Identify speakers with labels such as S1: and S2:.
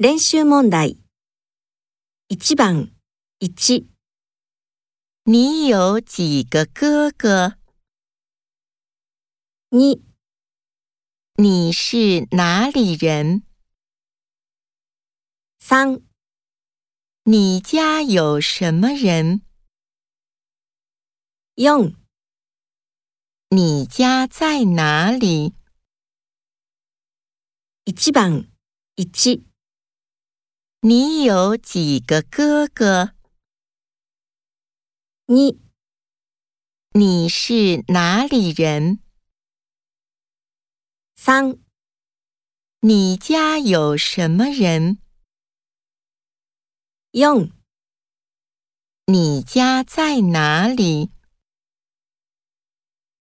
S1: 練習問題。1番、1、
S2: 你有几个哥哥？
S1: 2、
S2: 你是哪里人？
S1: 3、
S2: 你家有什么人？
S1: 4、
S2: 你家在哪里？
S1: 1番、1、
S2: 你有几个哥哥？
S1: 2、
S2: 你是哪里人？
S1: 3、
S2: 你家有什么人？
S1: 4
S2: 你家在哪里？